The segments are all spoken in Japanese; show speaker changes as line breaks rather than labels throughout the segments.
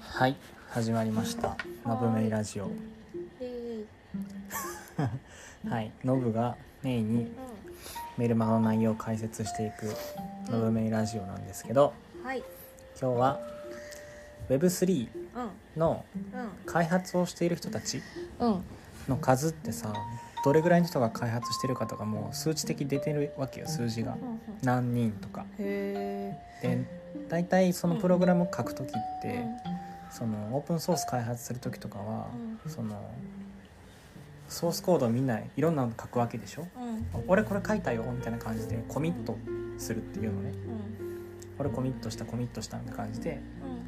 はい始まりました「のぶめいラジオ
イエーイ」
はいのぶがメイにメルマガの内容を解説していく「のぶめいラジオ」なんですけど
うんはい
今日は Web3
う
の
ん
開発をしている人たち
うんうん
の数ってさどれぐらいの人が開発してるかとかもう数値的に出てるわけよ数字が何人とか
へ
で大体そのプログラムを書く時っ
え
てそのオープンソース開発する時とかはそのソースコードを見ないいろんなの書くわけでしょ
うん
俺これ書いたよみたいな感じでコミットするっていうのね
うん
俺コミットしたコミットしたみたいな感じで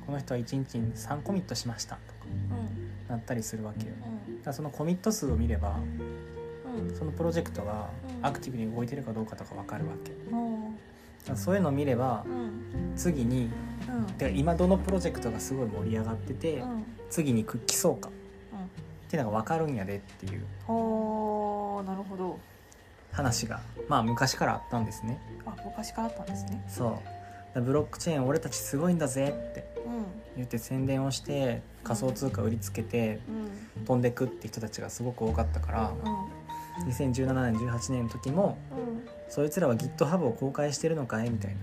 この人は1日に3コミットしましたとか
うん
なったりするわけよだ
うん
からそのコミット数を見れば
うん
そのプロジェクトが
うん
アクティブに動いてるかどうかとか分かるわけだ
うんお
からそういうのを見れば
ーうん
次に
うん
てか今どのプロジェクトがすごい盛り上がってて
うん
次にく来そうかっていうのが分かるんやでっていう
うんおーなるほど
話がまあ昔からあったんですね
あ昔からあったんですね
そうだからブロックチェーン俺たちすごいんだぜって
うん
言って宣伝をして仮想通貨売りつけて
うん
飛んでくって人たちがすごく多かったから
う
2017年18年の時も
んうん
そいつらは GitHub を公開してるのかいみたいな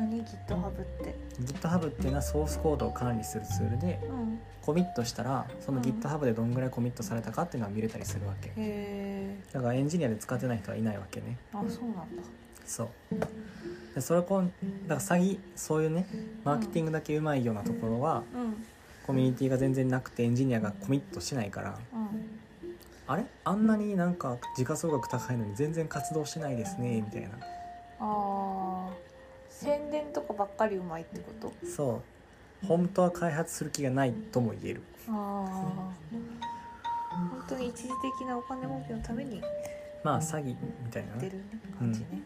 何 GitHub って
GitHub っていうのはソースコードを管理するツールで
うん
コミットしたらその
うん
GitHub でどんぐらいコミットされたかっていうのは見れたりするわけ
へえ
だからエンジニアで使ってない人はいないわけね
あそうなんだ
そうでそれこうだから詐欺そういうねマーケティングだけうまいようなところは
うん
コミュニティが全然なくてエンジニアがコミットしないから
うん
あれあんなになんか時価総額高いのに全然活動しないですねみたいな
あー宣伝とかばっかりうまいってこと
そう本当は開発する気がないとも言える
ああ本当に一時的なお金儲けのために
まあ詐欺みたいな
出
ね
る感じね、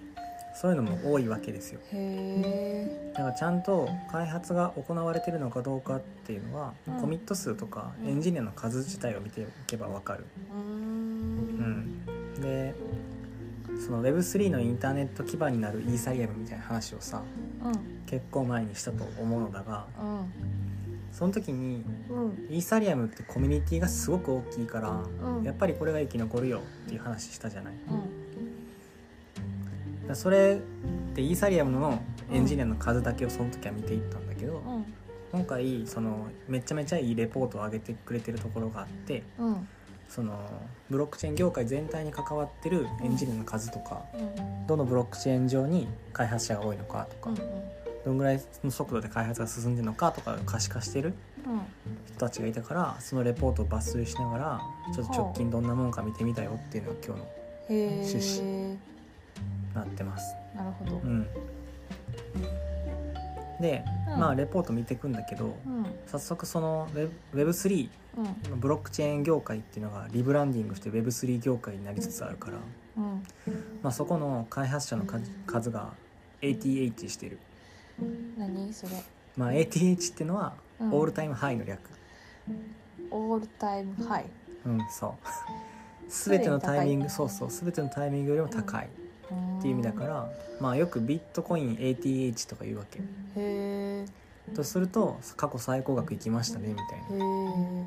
そういうのも多いわけですよ
へえ
だからちゃんと開発が行われてるのかどうかっていうのは、
うん
コミット数とか
うん
エンジニアの数自体を見ていけばわかる
うー
うんんでその Web3 のインターネット基盤になるイーサリアムみたいな話をさ
うん
結構前にしたと思うのだが
うん
その時に
うん
イーサリアムってコミュニティがすごく大きいから
うん
やっぱりこれが生き残るよっていう話したじゃないだか
うん
らそれってイーサリアムのエンジニアの数だけをその時は見ていったんだけど
うん
今回そのめちゃめちゃいいレポートを上げてくれてるところがあって
うん
そのブロックチェーン業界全体に関わってるエンジニアの数とか
うん
どのブロックチェーン上に開発者が多いのかと
う
か
ん
どのぐらいの速度で開発が進んでるのかとかを可視化してる
うん
人たちがいたからそのレポートを抜粋しながらちょっと直近どんなもんか見てみたよっていうのが今日の
へ
出
え
なってます。
なるほど
うん、で、
うん
まあレポート見ていくんだけど
うん
早速そのウェブ Web3
うん
ブロックチェーン業界っていうのがリブランディングして Web3 業界になりつつあるから、
うん
まあ、そこの開発者の数数が ATH してる、
何それ
まあ、ATH っていうのは
うん
オールタイムハイの略
オールタイムハイ
うん、 そう全てのタイミングそうそう全てのタイミングよりも高いっていう意味だから、まあよくビットコイン ATH とか言うわけ
らへえ
とすると過去最高額いきましたねみたいな
へえ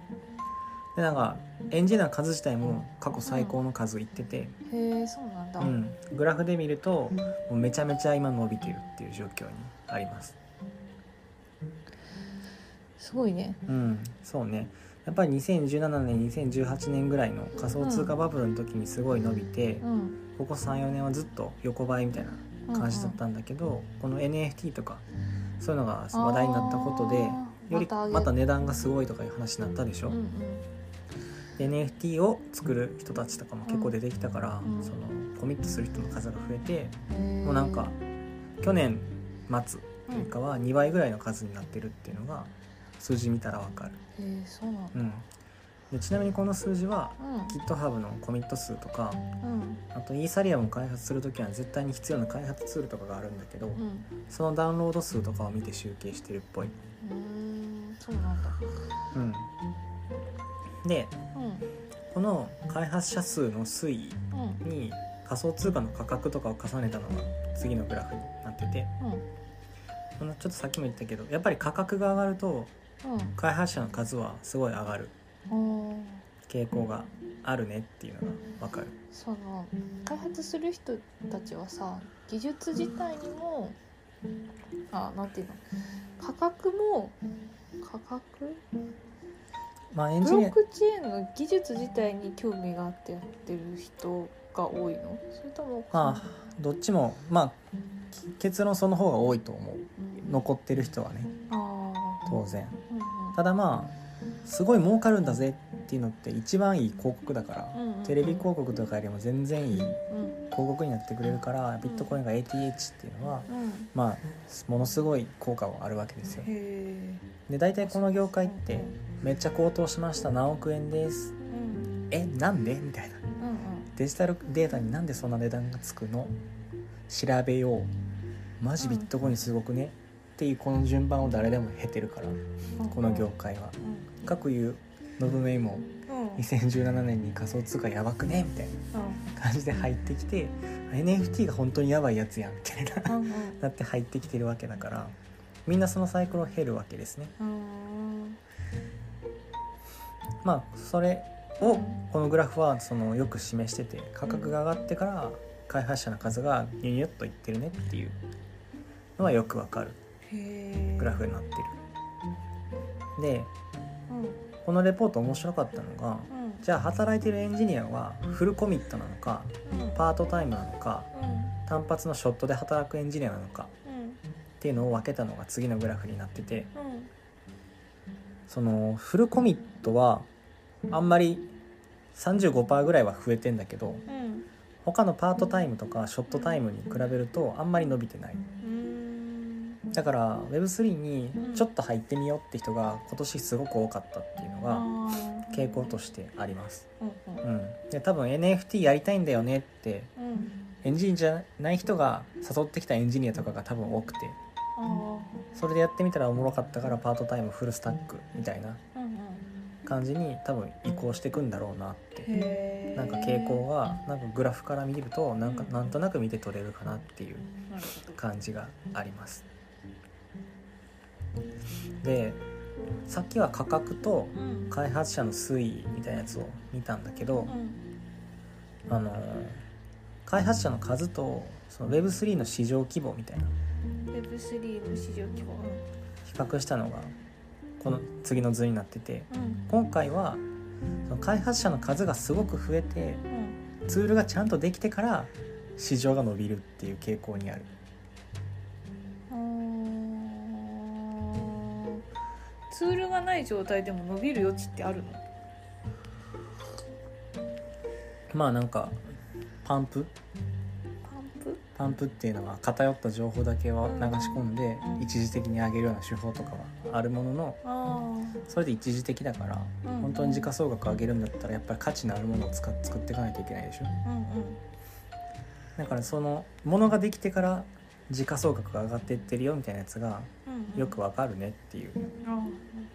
でなんかエンジニアの数自体も過去最高の数いってて、
へえそうなんだ
うんグラフで見るともうめちゃめちゃ今伸びてるっていう状況にあります。
すごいね
うん、そうねやっぱり2017年2018年ぐらいの仮想通貨バブルの時にすごい伸びて、
うん
ここ34年はずっと横ばいみたいな
うん
感じだったんだけど、この NFT とかそういうのが話題になったことで
あー
より
上げ
また値段がすごいとかいう話になったでしょ、
うんうん
で NFT を作る人たちとかも結構出てきたから、
うん
そのコミットする人の数が増えて、
へー
もうなんか去年末よりかは2倍ぐらいの数になってるっていうのが数字見たらわかる、
へえそうなんだ
うん、でちなみにこの数字は
うん
GitHub のコミット数とか
うん
あとイーサリアムを開発する時は絶対に必要な開発ツールとかがあるんだけど、
うん
そのダウンロード数とかを見て集計してるっぽい、
うーんそうなんだ
うん、で
うん
この開発者数の推移
うん
に仮想通貨の価格とかを重ねたのが次のグラフになってて
うん
このちょっとさっきも言ったけどやっぱり価格が上がると
うん
開発者の数はすごい上がる
おー
傾向があるねっていうのが分かる
その開発する人たちはさ技術自体にもあなんていうの価格も価格
まあエン
ブ
ジ
ロ
ニ
ッ
ア
クチェーンの技術自体に興味があってやってる人が多いのそれとも
まあどっちもまあき結論その方が多いと思う
うん
残ってる人はね
あー
当然
うん
ただまあすごい儲かるんだぜっていうのって一番いい広告だから
うんうん
テレビ広告とかよりも全然いい広
うんうん
告になってくれるからビットコインが ATH っていうのは
うん
まあものすごい効果はあるわけですよ
へえ
で大体この業界ってめっちゃ高騰しました何億円です
うんうん
えなんでみたいな
うん
デジタルデータになんでそんな値段がつくの調べようマジビットコインすごくねっていうこの順番を誰でも経てるから
うん
この業界は
うん
各有ノブメイも
うんうん
2017年に仮想通貨やばくねみたいな感じで入ってきて NFT が本当にやばいやつやんみたいな
うん
なって入ってきてるわけだからみんなそのサイクルを経るわけですね
うんうん
まあそれをこのグラフはそのよく示してて価格が上がってから開発者の数がニュニュッといってるねっていうのはよくわかる
へえ
グラフになってるで
うん
このレポート面白かったのが
うん
じゃあ働いてるエンジニアはフルコミットなのか
うん
パートタイムなのか
う
単発のショットで働くエンジニアなのか
ん
っていうのを分けたのが次のグラフになってて
うん
そのフルコミットはあんまり35%ぐらいは増えてんだけど
うん
他のパートタイムとかショットタイムに比べるとあんまり伸びてない
うん
だから Web3 にちょっと入ってみようって人が今年すごく多かったっていうの
あ
が
ー
傾向としてあります、
うん
うん、で多分 NFT やりたいんだよねって
うんうん
エンジニアじゃない人が誘ってきたエンジニアとかが多分多くて
あー
それでやってみたらおもろかったからパートタイムフルスタックみたいな
うんうん
感じに多分移行していくんだろうなって
へえ
なんか傾向がなんかグラフから見るとなんかなんとなく見て取れるかなっていう
なるほど
感じがありますでさっきは価格と
うん
開発者の推移みたいなやつを見たんだけど
う、ん
あのー開発者の数とその Web3 の市場規模みたいな
Web3 の市場規模
比較したのがこの次の図になってて
うん
今回はその開発者の数がすごく増えて
うん
ツールがちゃんとできてから市場が伸びるっていう傾向にある
うんあーツールがない状態でも伸びる余地ってあるの
まあなんかパンプ
パンプ
パンプっていうのは偏った情報だけは流し込んで
うん
一時的に上げるような手法とかはあるものの
あ
それで一時的だから
あうん
本当に時価総額上げるんだったらやっぱり価値のあるものを使っ作っていかないといけないでしょ
うんうん
だからそのものができてから時価総額が上がっていってるよみたいなやつが
うんうん
よくわかるねっていう
ああなる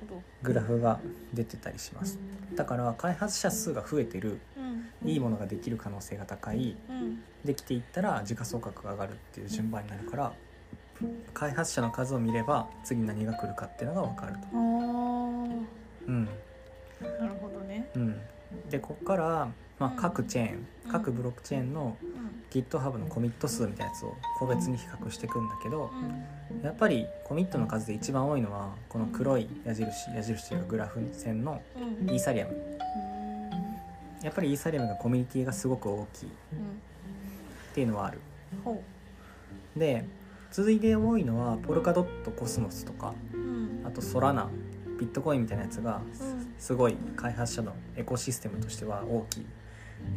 ほど
グラフが出てたりしますだから開発者数が増えてる
うん
いいものができる可能性が高い
うん
できていったら時価総額が上がるっていう順番になるから開発者の数を見れば次何が来るかっていうのが分かると。
ああ
うん
なるほどね
うん、でここから、まあ、各チェーン、
うん
各ブロックチェーンの
うん
GitHub のコミット数みたいなやつを個別に比較していくんだけど
うん
やっぱりコミットの数で一番多いのはこの黒い矢印矢印というかグラフ線の
うん
イーサリアム
う
やっぱりイーサリアムがコミュニティがすごく大きいっ
ん
ていうのはある
ほ
で続いて多いのはポルカドットコスモスとか
う。うん。
あとソラナビットコインみたいなやつが
うん
すごい開発者のエコシステムとしては大きい、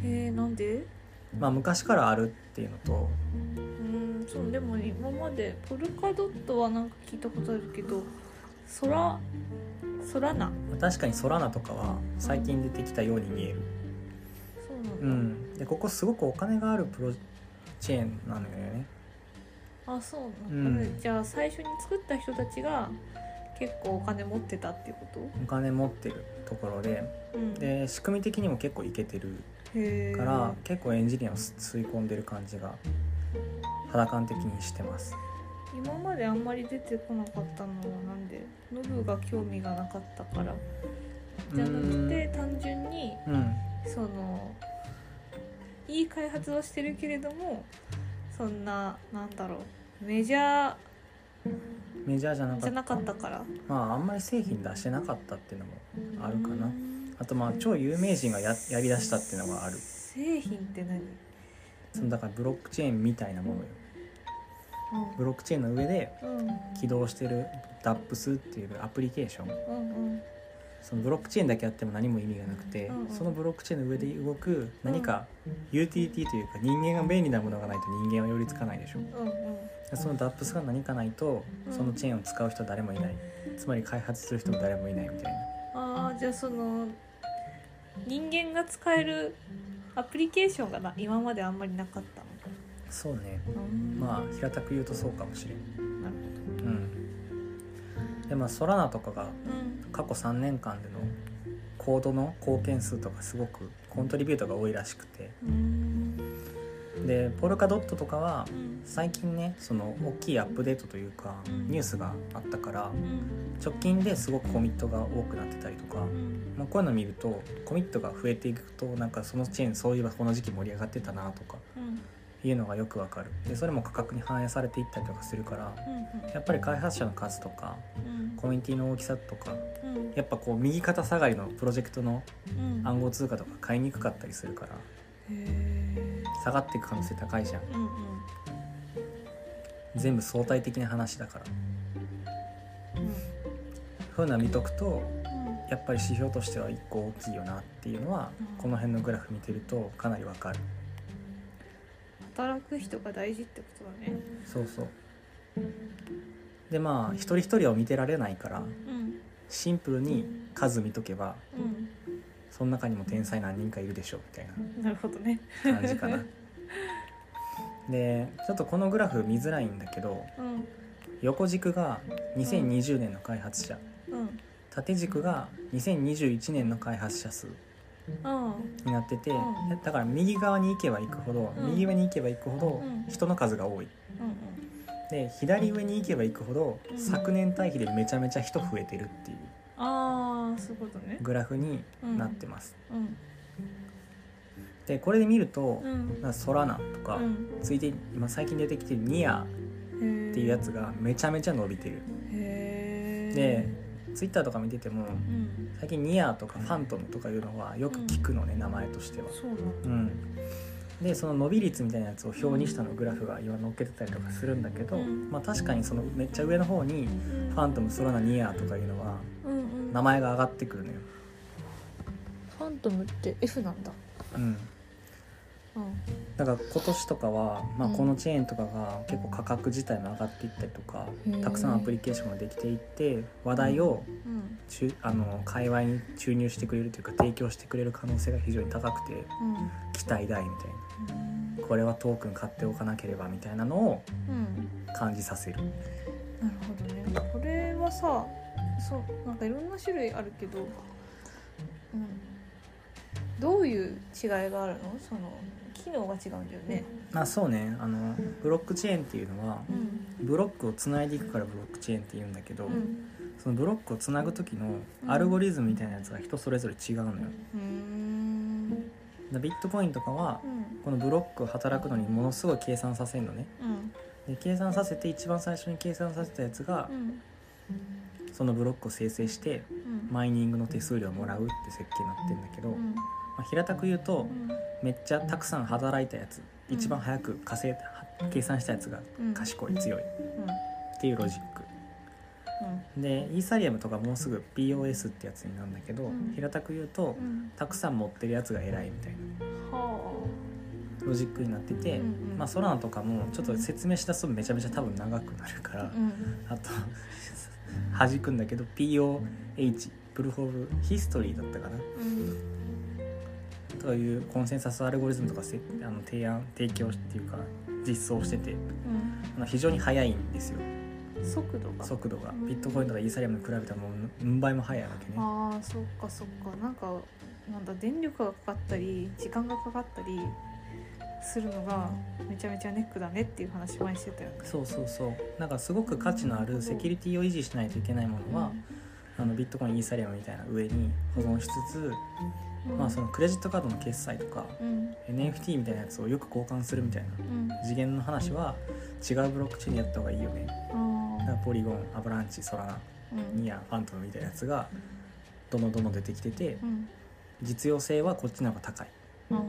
へえ、なんで。
まあ、昔からあるっていうのと
うん、そう、でも、今までポルカドットはなんか聞いたことあるけど。ソラ。ソラナ。
確かにソラナとかは最近出てきたように見える、
そうなんだ。
うん、でここすごくお金があるプロチェーンなのよね
あ、そう
う
なんだ。
ん
じゃあ、最初に作った人たちが。結構お金持ってたっていうこ
お金持ってるところで
と。うん。へ
で仕組み的にも結構いけてる
え。
から結構エンジニアを吸い込んでる感じが肌感的にしてます
今まであんまり出てこなかったのはなんでノブが興味がなかったからじゃなくて単純に
うんうん
そのいい開発はしてるけれどもそんななんだろうメジャ
メジャーじゃな
ー
か
じゃ
った
なかったから
まああんまり製品出してなかったっていうのもあるかなあとまあ超有名人がややりだしたっていうのがある
製品って何、
そのだからブロックチェーンみたいなものよブロックチェーンの上で
うん、うん
起動してる DAPS っていうアプリケーション
うんうん
そのブロックチェーンだけやっても何も意味がなくて、
うんうん
そのブロックチェーンの上で動く何か UTT というか人間が便利なものがないと人間は寄りつかないでしょ
うんうん
その DAPS が何かないと
うん
そのチェーンを使う人は誰もいないつまり開発する人も誰もいないみたいな
あーじゃあその人間が使えるアプリケーションがな今まであんまりなかった
そうね
の
まあ平たく言うとそうかもしれ
あなる
んうんでまあソラナとかが
ほどうん
過去3年間でのコードの貢献数とかすごくコントリビュートが多いらしくて
うん
でポルカドットとかは
うん
最近ねその大きいアップデートというかニュースがあったから
うん
直近ですごくコミットが多くなってたりとか、
うん
まあ、こういうの見るとコミットが増えていくとなんかそのチェーンそういえばこの時期盛り上がってたなとか
うん
いうのがよくわかるでそれも価格に反映されていったりとかするからやっぱり開発者の数とか
うん
コミュニティの大きさとか
うん
やっぱこう右肩下がりのプロジェクトの
うん
暗号通貨とか買いにくかったりするから
へ
下がっていく可能性高いじゃん
ーうんうん
全部相対的な話だから
うん
そういうのは見とくと
うん
やっぱり指標としては1個大きいよなっていうのはこの辺のグラフ見てるとかなりわかる
働く人が大事ってことだね
そうそうでまあ一人一人を見てられないから
うん
シンプルに数見とけば
う
その中にも天才何人かいるでしょうみたい
んなるほどね
な感じか なでちょっとこのグラフ見づらいんだけど
うん
横軸が2020年の開発者
うん
縦軸が2021年の開発者数
うん
になってて
う
だから右側に行けば行くほど
うん
右上に行けば行くほど
うん
人の数が多い
うん
で左上に行けば行くほど
うん
昨年対比でめちゃめちゃ人増えてるっていう
ああそういうことね
グラフになってます。
うん
でこれで見ると、
うん
なんかソラナとか、
うん
ついて今最近出てきてるニアっていうやつがめちゃめちゃ伸びてる。
へ
でツイッターとか見てても
うん
最近ニアとかファントムとかいうのはよく聞くのね、名前としては。
そうなんだ
うん、でその伸び率みたいなやつを表にしたのグラフが今載っけてたりとかするんだけど、
うん
まあ、確かにそのめっちゃ上の方にファントムソラナニアとかいうのは
うんうん
名前が上がってくるのよ。
ファントムって F なんだ
うん
うん
だから今年とかは、まあ、
うん
このチェーンとかが結構価格自体も上がっていったりとか、
へー
たくさんアプリケーションができていって話題を
うん
ちゅあの界隈に注入してくれるというか提供してくれる可能性が非常に高くて期待大みたい
うん
なこれはトークン買っておかなければみたいなのを
うん
感じさせる。
なるほどねこれはさそうなんかいろんな種類あるけどうんどういう違いがあるのその機能が違うんだよね
まあ、そうねあのブロックチェーンっていうのは
うん
ブロックをつないでいくからブロックチェーンって言うんだけど、
うん
そのブロックをつなぐ時のアルゴリズムみたいなやつが人それぞれ違うのよ。
うん
だビットコインとかは
うん
このブロックを働くのにものすごい計算させるのね
うん
で計算させて一番最初に計算させたやつが
うん
そのブロックを生成して
うん
マイニングの手数料をもらうって設計になってんだけど、
う
ま
ん
あ、平たく言うと
うん
めっちゃたくさん働いたやつ
うん
一番早く稼いだ計算したやつが
うん
賢い強いっ
うん
ていうロジックでイーサリアムとかもうすぐ POS ってやつになるんだけど、
うん
平たく言うと
うんうん
たくさん持ってるやつが偉いみたいな
は
ロジックになってて、
うんうん
まあ、ソラナとかもちょっと説明しだすとめちゃめちゃ多分長くなるから、
あうん
あと弾くんだけど POH プルフォーブヒストリーだったかな
うん
というコンセンサスアルゴリズムとかせあの提案提供っていうか実装しててあの非常に速いんですよ
うん速度が
速度がビットコインとかイーサリアムに比べたらもううん倍も速いわけね
ああそっかそっかなんかなんだ電力がかかったり時間がかかったりするのがめちゃめちゃネックだねっていう話前にしてたよね。
そうそうそうなんかすごく価値のあるセキュリティを維持しないといけないものは、あのビットコインイーサリアムみたいな上に保存しつつ、
うん
まあ、そのクレジットカードの決済とか
うん
NFT みたいなやつをよく交換するみたいな
うん
次元の話は違うブロックチェーンでやった方がいいよね
あ
だか
ー
らポリゴンアバランチソラナ
うん
ニアファントムみたいなやつがどんどんどんどん出てきてて
うん
実用性はこっちの方が高い
あー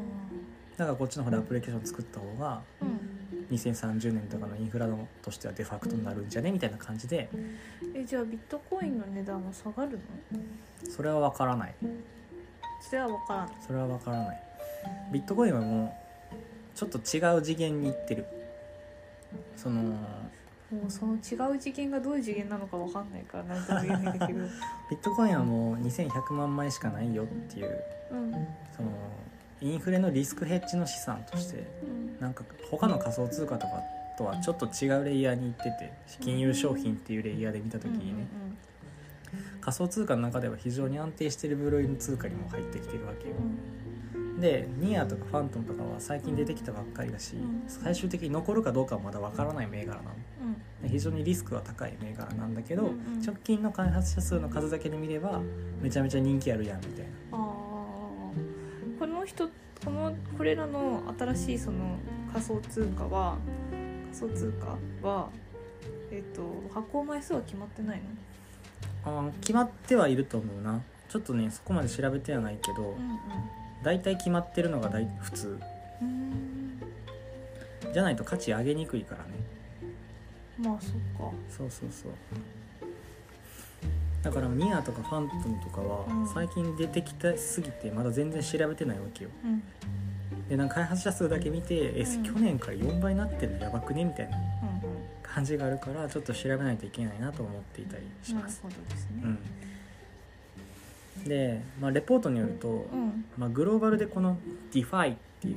だからこっちの方でアプリケーション作った方が
うん
2030年とかのインフラのとしてはデファクトになるんじゃねみたいな感じで
えじゃあビットコインの値段は下がるの
それは分からない
それは分からん
それは分からないビットコインはもうちょっと違う次元に行ってるその
もうその違う次元がどういう次元なのか分かんないから何とも言えない んだけど
ビットコインはもう2100万枚しかないよっていう
うん
そのインフレのリスクヘッジの資産として
うん
なんか他の仮想通貨とかとはちょっと違うレイヤーに行ってて金融商品っていうレイヤーで見た時にね仮想通貨の中では非常に安定してる部類の通貨にも入ってきてるわけよ
うん
でニアとかファントムとかは最近出てきたばっかりだし
うん
最終的に残るかどうかはまだわからない銘柄なの
うん
で非常にリスクは高い銘柄なんだけ
う
ど
んうん
直近の開発者数の数だけで見ればめちゃめちゃ人気あるやんみたいな
あーこの人このこれらの新しいその仮想通貨は仮想通貨はえっ、と発行枚数は決まってないの
あー決まってはいると思うなちょっとねそこまで調べてはないけど大体決まってるのが大普通
うんうんう
じゃないと価値上げにくいからね
ーんまあそっ
そうそうそうだからニアとかファントムとか
うん
は最近出てきたすぎてまだ全然調べてないわけよ
かうん
でなんか開発者数だけ見て、え
うん
去年から4倍になってるのやばくねみたいな
うんうん
感じがあるからちょっと調べないといけないなと思っていたりし
な
ま
る
す、
ほどですね
うんで、まあ、レポートによると、
うん
まあ、グローバルでこの DeFi っていう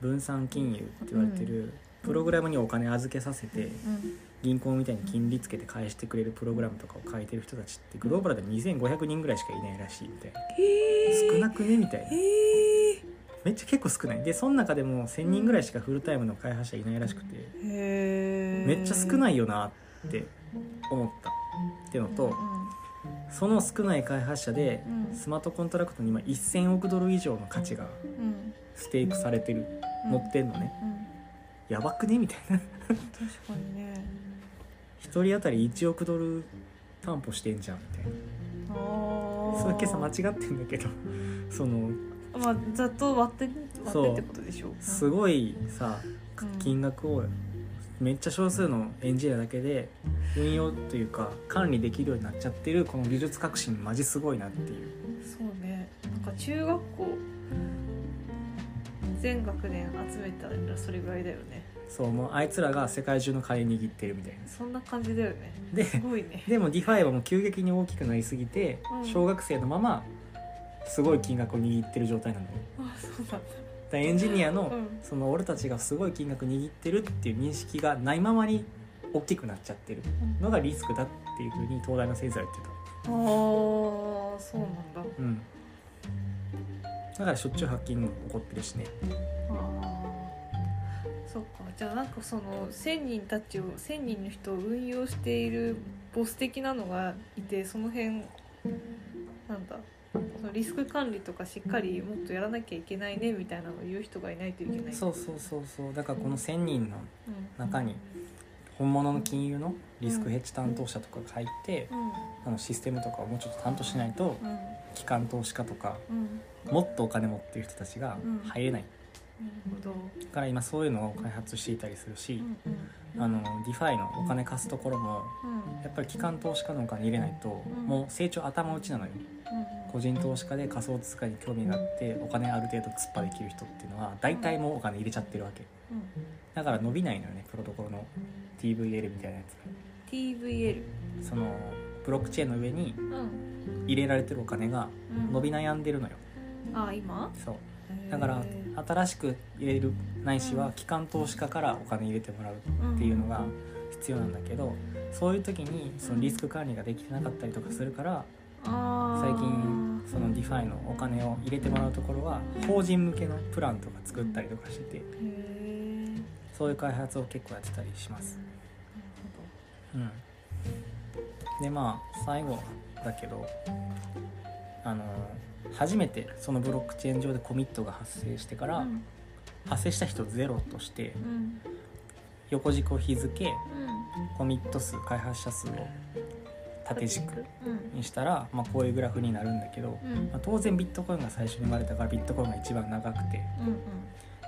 分散金融って言われてるプログラムにお金預けさせて
うん
銀行みたいに金利つけて返してくれるプログラムとかを書いてる人たちってグローバルで2500人ぐらいしかいないらしいみたいな
へ
少なくねみたいな
へ
めっちゃ結構少ないでその中でも1000人ぐらいしかフルタイムの開発者いないらしくて
え
めっちゃ少ないいよなって思ったっていうのと
うん
その少ない開発者で
うん
スマートコントラクトに今1000億ドル以上の価値が
うん
ステークされてる乗ってんのね
うん
やばくねみたいな
確かにね
一人当たり1億ドル担保してんじゃんみたい
あ
な
あ
それ今朝間違ってんだけどその
まあ、ざっと割って割ってってことでしょう
すごいさか
うん
金額をめっちゃ少数のエンジニアだけで運用というか管理できるようになっちゃってるこの技術革新マジすごいなっていう
そうねなんか中学校全学年集めたらそれぐらいだよね
そうもうあいつらが世界中の金握ってるみたいな
そんな感じだよね
です
ごいね
でも DeFi はもう急激に大きくなりすぎて、
うん
小学生のまますごい金額を握ってる状態なのよ
あそうなんだ
だからエンジニアの、
うん
その俺たちがすごい金額握ってるっていう認識がないままに大きくなっちゃってるのがリスクだっていうふうに東大の先生は言って
あーそうなんだ
た、うん、だからしょっちゅうハッキングも起こってるしね
あーそっかじゃあなんかその1,000人たちを1,000人の人を運用しているボス的なのがいてその辺なんだそのリスク管理とかしっかりもっとやらなきゃいけないねみたいなのを言う人がいないといけない
そうそうそうそうだからこの1,000人の
うん
中に本物の金融のリスクヘッジ担当者とかが入って、
うん
あのシステムとかをもうちょっと担当しないと
うん
機関投資家とか
うん
もっとお金持ってる人たちが入れない、
なるほど
だから今そういうのを開発していたりするし、
うんうん
あの DeFi のお金貸すところも
うん
やっぱり機関投資家のお金入れないと、
うん
もう成長頭打ちなのよ個人投資家で仮想通貨に興味があってお金ある程度突っ張できる人っていうのは大体もうお金入れちゃってるわけ
うんうん
だから伸びないのよねプロトコルの TVL みたいなや
TVL
つそのブロックチェーンの上に
うん
入れられてるお金が
うん
伸び悩んでるのよ
あー今
そうだから
へー
新しく入れるないし
うん
は機関投資家からお金入れてもらうっていうのが必要なんだけどそういう時にそのリスク管理ができてなかったりとかするから
あー
最近その DeFi のお金を入れてもらうところは法人向けのプランとか作ったりとかしてて
へえ
そういう開発を結構やってたりします。うん、でまあ最後だけどあの初めてそのブロックチェーン上でコミットが発生してから、
うん
発生した人ゼロとして
うん
横軸を日付
うん
コミット数開発者数を縦軸
うん
にしたら、まあ、こういうグラフになるんだけど、
うんうん
まあ、当然ビットコインが最初に生まれたからビットコインが一番長くて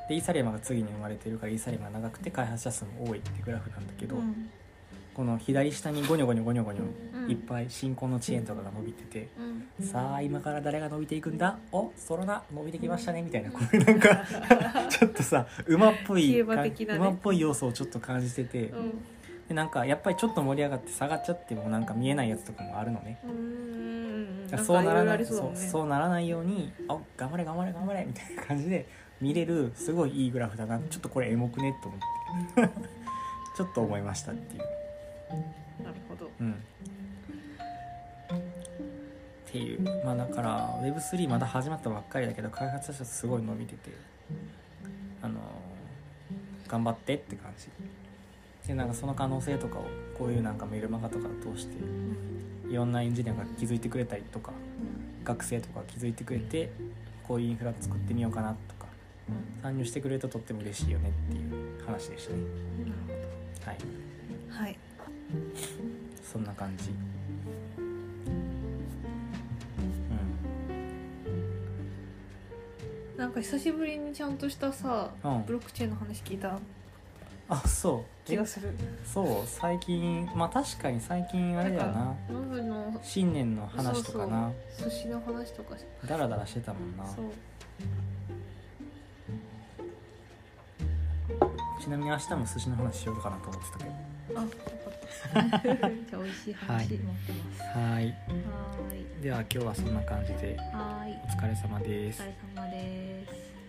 でイーサリアムが次に生まれてるからイーサリアムが長くて開発者数も多いってグラフなんだけど、
うん
この左下にゴニョゴニョゴニョゴニョ
うん
いっぱい新婚のチェーンとかが伸びてて、
うん
さあ今から誰が伸びていくんだおソロナ伸びてきましたねみたいなこういうなん かちょっとさ馬っぽい
競馬的なね
馬っぽい要素をちょっと感じてて、
うん
でなんかやっぱりちょっと盛り上がって下がっちゃってもなんか見えないやつとかもあるのね。
うん
だからそうならない
んかろろ
そ
あ
う
り
そうならないようにあ頑張れ頑張れ頑張れみたいな感じで見れるすごいいいグラフだなちょっとこれエモくねと思って ちょっと思いましたっていう。
うねなるほど
うん、っていうまあだから Web3 まだ始まったばっかりだけど開発者数すごい伸びててあのー頑張ってって感じでなんかその可能性とかをこういうなんかメルマガとかを通していろんなエンジニアが気づいてくれたりとか学生とか気づいてくれてこういうインフラ作ってみようかなとか参入してくれるととっても嬉しいよねっていう話でしたね
なるほ
はい
どはい
そんな感じうん
なんか久しぶりにちゃんとしたさ
うん
ブロックチェーンの話聞いた
あそう
気
え
がする
そう最近まあ確かに最近あれだよな
ノブの
新年の話とかな
寿司の話とか
ダラダラしてたもんな
そう
ちなみに明日も寿司の話しようかなと思ってたけど
あよかったじゃあ美味しい話
はい
待ってます
はい
はーい
では今日はそんな感じで
はーい
お疲れ様です
お疲れ様です